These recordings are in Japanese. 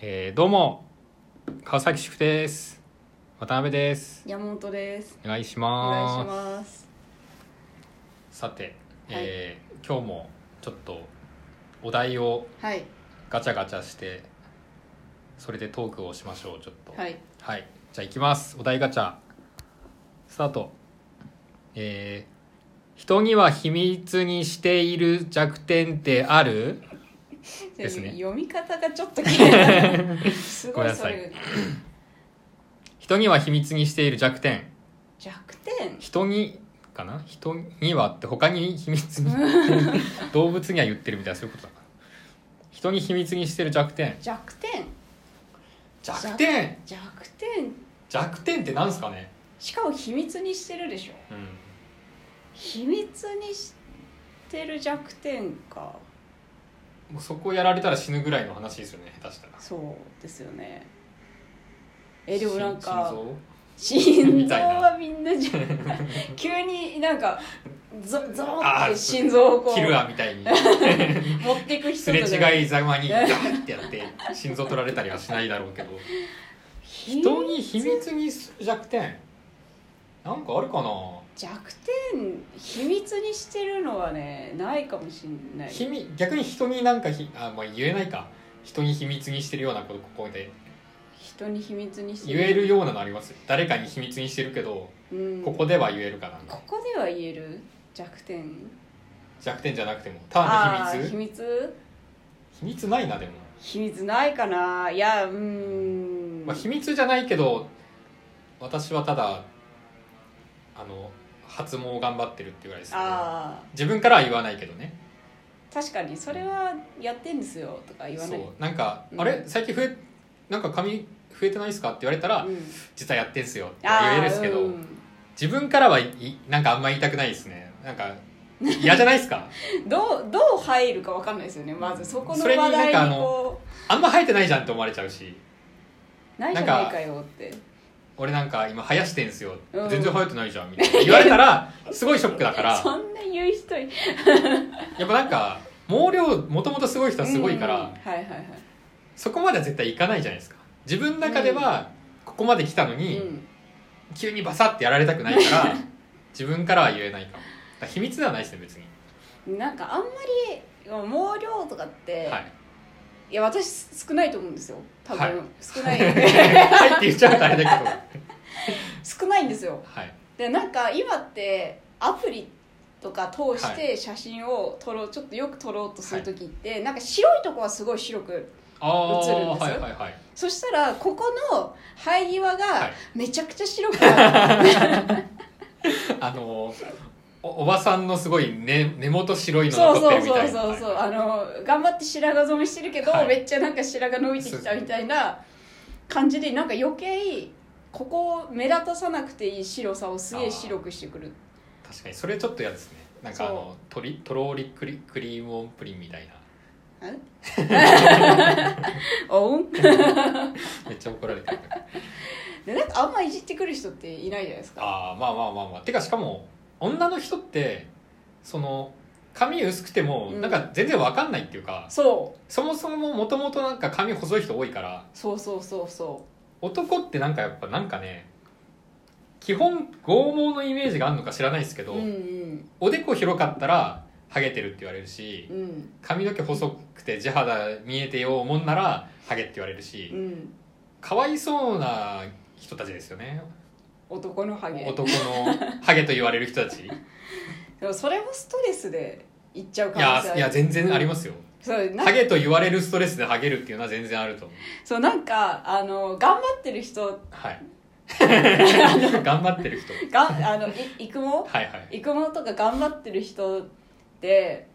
えーどうも川崎宿です渡辺です山本です。お願いしお願まいしすます。さて、えー今日もちょっとお題をはいガチャガチャしてそれでトークをしましょうちょっとはいはい、じゃあいきますお題ガチャスタートえー人には秘密にしている弱点ってあるですね読み方がちょっと嫌い なすごごめんいなそさいれ人には秘密にしている弱点弱点人にかな人にはって他に秘密 に動物には言ってるみたいなそういうことだから人に秘密にしてる弱点弱点弱点弱点弱点ってなんですかねしかも秘密にしてるでしょ。うん秘密にしてる弱点かもうそこやられたら死ぬぐらいの話ですよね下手したらそうですよね。えでもなん心か臓心み臓たいなはみんなじゃ急になんかゾゾーっあーて心臓をこキうルアみた いに持っていく人すとれかじゃない違いざま にガーってやって心臓取られたりはしないだろうけど人に秘密にする弱点なんかあるかな弱点秘密にしてるのはねないかもしんない秘密逆に人になんかひあ、まあ、言えないか人に秘密にしてるようなことここで人に秘密にして言えるようなのあります誰かに秘密にしてるけどうん、ここでは言えるかなここでは言える弱点弱点じゃなくても単にー秘密秘密秘密ないなでも、秘密ないかないやうーん、まあ、秘密じゃないけど私はただあの発毛を頑張ってるっていうぐらいですけどあ自分からは言わないけどねー確かにそれはやってんですよとか言わないそうなんか、うんあれ最近増えなんか髪増えてないですかって言われたら、うん実はやってんすよってあー言えるんですけど、うん自分からはいいなんかあんま言いたくないですねなんか嫌じゃないです かどうどう入るかわかんないですよねまずそこのそれに話題なんかにこあんま生えてないじゃんって思われちゃうしうないじなんかゃないかよって俺なんか今生やしてんすよ、うん全然生えてないじゃんみたいな言われたらすごいショックだから そんな言う人いやっぱなんか毛量もともとすごい人はすごいから、うんはいはいはいそこまでは絶対いかないじゃないですか自分の中ではここまで来たのに、うん急にバサッてやられたくないから自分からは言えないかもだから秘密ではないですね別になんかあんまり毛量とかって、、はいい や私少ないと思うんですよ多分、はい少ない はいって言っちゃうとあれだけど少ないんですよはいでなんか今ってアプリとか通して写真を撮ろうちょっとよく撮ろうとする時って、なんか白いとこはすごい白くあ映るんあですよはいはいはいそしたらここの生え際はがいめちゃくちゃ白くなる、あのおおばさんのすごい根根元白いのそう残ってそうるみそたういなそうそう、はいあの頑張って白髪染めしてるけど、はいめっちゃなんか白髪伸びてきたみたいな感じでなんか余計ここを目立たさなくていい白さをすげえ白くしてくる確かにそれちょっと嫌ですねなんかあそのとりとろーりクリクリームオンプリンみたいなおんめっちゃ怒られてるでなんかあんまいじってくる人っていないじゃないですかああまあまあまあまあてかしかも女の人ってその髪薄くてもうんなんか全然わかんないっていうか、そうそもそももともとなんか髪細い人多いからそうそうそうそ男ってなんかやっぱなんかね基本剛毛のイメージがあるのか知らないですけうど、うんうんおでこ広かったらハゲてるって言われるしうん髪の毛細くて地肌見えてようもんならハゲって言われるし、うんかわいそうな人たちですよね男のハゲ男のハゲと言われる人た ちいでもそれもストレスでいっちゃう可能性あやるいや全然ありますよ、そうなんハゲと言われるストレスでハゲるっていうのは全然あると思うそうなんかあの頑張ってる人はい 頑張ってる人があのい育毛はいはい育毛とか頑張ってる人って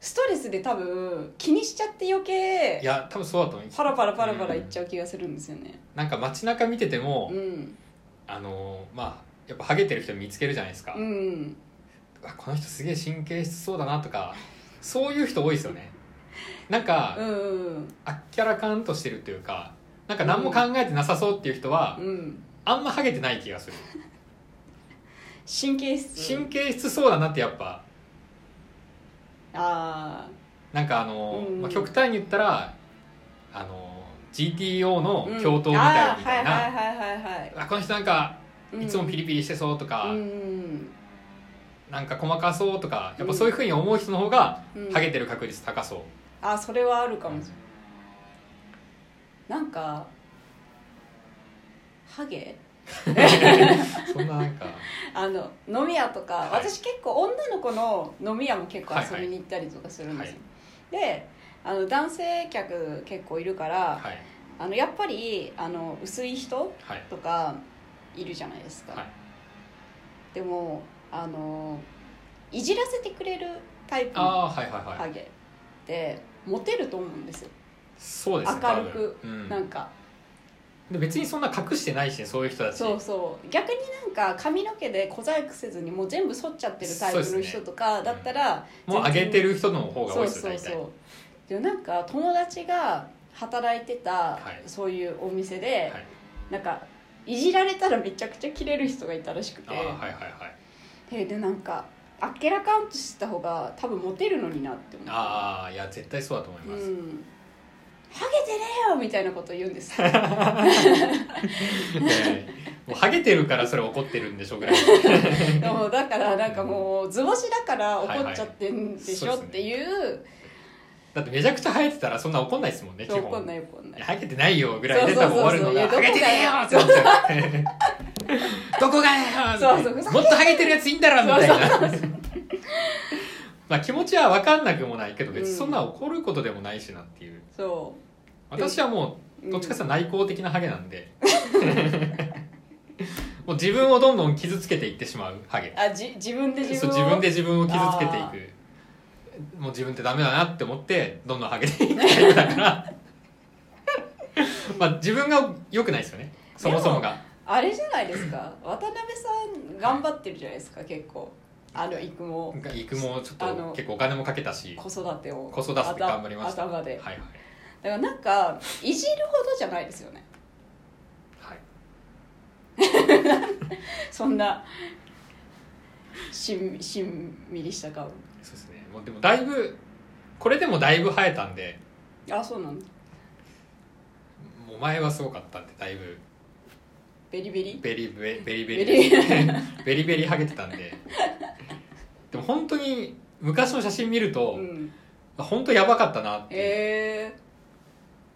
ストレスで多分気にしちゃって余計いや多分そうだと思うパラパラパラパラいっちゃう気がするんですよねなんか街中見てても、うんあのーまあやっぱハゲてる人見つけるじゃないですか、うんうわこの人すげえ神経質そうだなとかそういう人多いですよねなんか、うんうんあっきゃらかんとしてるというかなんか何も考えてなさそうっていう人は、うんあんまハゲてない気がする神経質神経質そうだなってやっぱああなんかあのー、うんまあ、極端に言ったらあのー GTO のうん教頭みたいみたいあーな、はいはいはいはいはいあこの人なんかうんいつもピリピリしてそうとか、うんうんなんか細かそうとかやっぱそういうふうに思う人の方がうんハゲてる確率高そう、あそれはあるかもしれないなんかハゲ そんななんかあの飲み屋とか、はい私結構女の子の飲み屋も結構遊びに行ったりとかするんですよ、であの男性客結構いるから、はいあのやっぱりあの薄い人はいとかいるじゃないですか、はいでもあのいじらせてくれるタイプのああーはいはいはハいゲってモテると思うんですよ、そうですね明るく多分うんなんかで別にそんな隠してないしねそういう人たちそうそう逆になんか髪の毛で小細工せずにもう全部剃っちゃってるタイプそうのですね人とかだったら、もう上げてる人の方が多そいうですよそう大そ体うでもなんか友達が働いてた、はいそういうお店で、はいなんかいじられたらめちゃくちゃキレる人がいたらしくてああはいはいはいででなんかあっけらかんとしてた方が多分モテるのになって思ってああいや絶対そうだと思います、うんハゲてねえよみたいなこと言うんです ねえもうハゲてるからそれ怒ってるんでしょうぐら いでもだからなんかもう図星だから怒っちゃってんでしょはいっはいていうだってめちゃくちゃ生えてたらそんな怒んないですもんね基そう本怒んない怒んないハゲてないよぐらいでそう多そう分終わるのが「ハそうそういゲやてねえよ!」って思っちゃうどこがよ!」そうそうみたいなもっとハゲてるやついいんだろ!」みたいな まあ気持ちは分かんなくもないけど別にそんな怒ることでもないしなっていうそ私はもううんどっちかというと内向的なハゲなんで もう自分をどんどん傷つけていってしまうハゲうあじ自分で自そう分を自分で自分を傷つけていくもう自分ってダメだなって思ってどんどんハゲていくタイプだから まあ自分が良くないですよねそもそもがあれじゃないですか渡辺さん頑張ってるじゃないですか結構あの育毛育もちょっあとの結構お金もかけたし子育てを子育て頑張りました頭頭で、はいはいだからなんかいじるほどじゃないですよねはいそんなしんしんみりした顔そうですねもうでもだいぶこれでもだいぶ生えたんであそうなのもう前はすごかったんでだいぶベリベリベリベリベリベリベリ ベリベリハゲてたんででも本当に昔の写真見ると、うん本当やばかったなっていうええ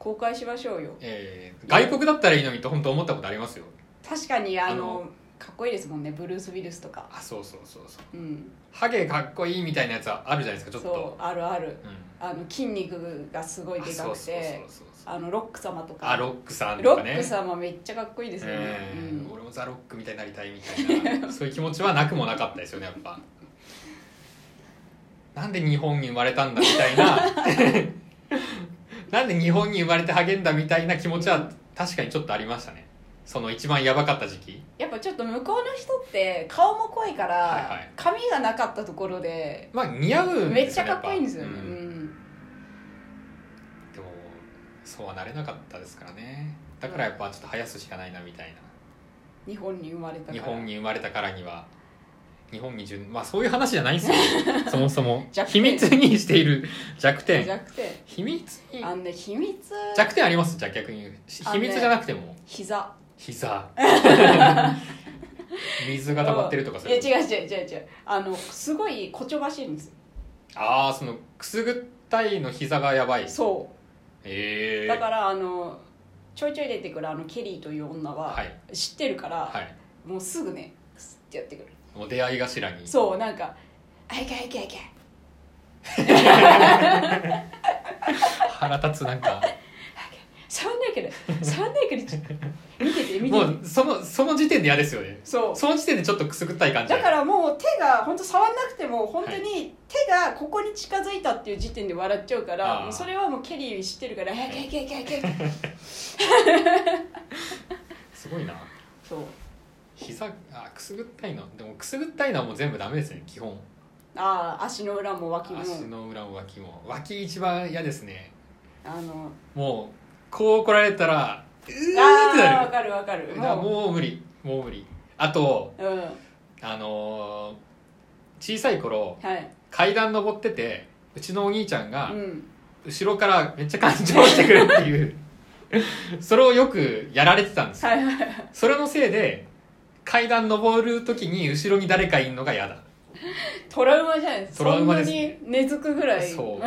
公開しましょうよえー外国だったらいいのにと本当思ったことありますよ確かにあのあのかっこいいですもんねブルース・ウィルスとかあそうそうそうそううんハゲかっこいいみたいなやつはあるじゃないですかちょっそとうあるあるう、ん、あの筋肉がすごいあでそうかそうそうくてそうそうあのロック様とかあロックさんとロかねック様めっちゃかっこいいですよね、えうーん俺もザ・ロックみたいになりたいみた いなそういう気持ちはなくもなかったですよねやっぱ なんで日本に生まれたんだみたいな なんで日本に生まれて励んだみたいな気持ちは確かにちょっとありましたねその一番やばかった時期やっぱちょっと向こうの人って顔も濃いから、はいはい髪がなかったところでまあ似合うんめっでちすよゃねかやっぱこいいんですよね、ううんんでもそうはなれなかったですからねだからやっぱちょっと生やすしかないなみたい日本に生まれたかなら日本に生まれたからには日本に順まあそういう話じゃないん ですよそもそも弱秘点密にしている弱点弱点秘密にあのね秘密弱点ありますじゃあ逆に言うしあ秘のね密じゃなくても膝 膝水が溜まってるとかいやうこと違う違う違う違うあのすごいこちょばしいんですよああそのくすぐったいの膝がやばいそえうえだからあのちょいちょい出てくるあのケリーという女ははい知ってるから、はいもうすぐねスッてやってくるもう出会い頭にそうなんか「あいけあいけあいけ腹立つなんか触んな いけど触んないけどちょっと見て て見もててうそのその時点で嫌ですよねそうその時点でちょっとくすぐったい感じだからもう手が本当触んなくても本当に手がここに近づいたっていう時点で笑っちゃうかあーらもうそれはもうケリー知ってるから「あいけあいけあいけあいけあ いけすごいな」そう膝あくすぐったいのでもくすぐったいのはもう全部ダメですね基本ああ足の裏も脇も足の裏も脇も脇一番嫌ですねあのもうこう怒られたらうーってああなわるかるわかるだからももう無理もう無理あとううんあのー小さい頃はい階段登っててうちのお兄ちゃんがうん後ろからめっちゃ感情してくるっていうそれをよくやられてたんですよはいはいはいそれのせいで階段登る時に後ろに誰かいんのが嫌だトラウマじゃないですかトラウマですそんなねに根付くぐらいそう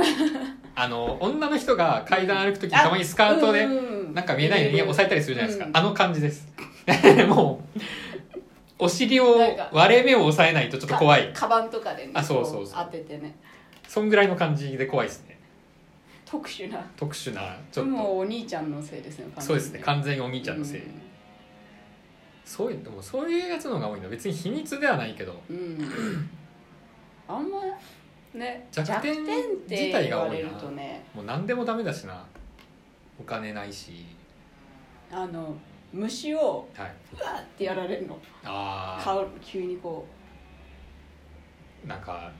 あの女の人が階段歩く時にたまにスカートでなんか見えないのに押さえたりするじゃないですか、うんあの感じです もうお尻をなんか割れ目を押さえないとちょっと怖いカバンとかでねあそうそうそうこ当ててねそんぐらいの感じで怖いですね特殊な特殊なちょっともうお兄ちゃんのせいですねそうですね完完全にお兄ちゃんのせい、そういうでもそういうやつの方が多いの別に秘密ではないけど全にうん、あんまね弱弱点点って自体言がわ多いれなるとねもう何でもダメだしなお金ないしあの虫をはいバーってやられるのあ顔急にこあなんか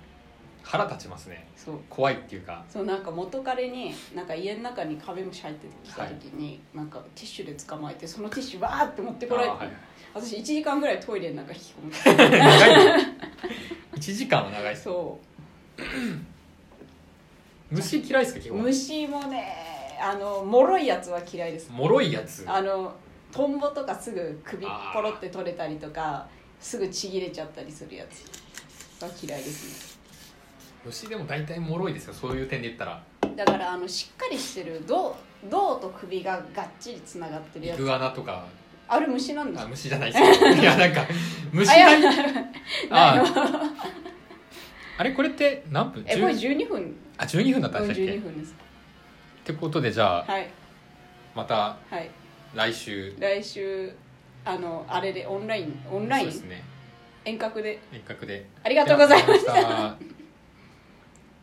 腹立ちますねうそう怖いっていうかそうなんか元彼になんか家の中にカメムシ入ってきた時に、なんかティッシュで捕まえてそのティッシュわーって持ってこられて、あーはい私1時間ぐらいトイレの中引きこもって長い1時間は長いですそ虫嫌いですか基う本虫もねあの脆いやつは嫌いです脆いやつあのトンボとかすぐ首あーポロって取れたりとかすぐちぎれちゃったりするやつは嫌いです虫でも大体脆いですよそういう点で言ったらねだからあのしっかりしてる胴胴と首ががっちりつながってるイやつグアナとかあれ虫なんですあよ虫じゃないです けどいやなんか虫あいやないないあのーあれこれって何分えこれ10 12分あ12分だったうんでしたっけ12っ分ですてことでじゃあはいまたはい来週来週あのあれでオンラインオンライそうン、ですね遠隔で遠隔でありがとうございましあたりがとうございました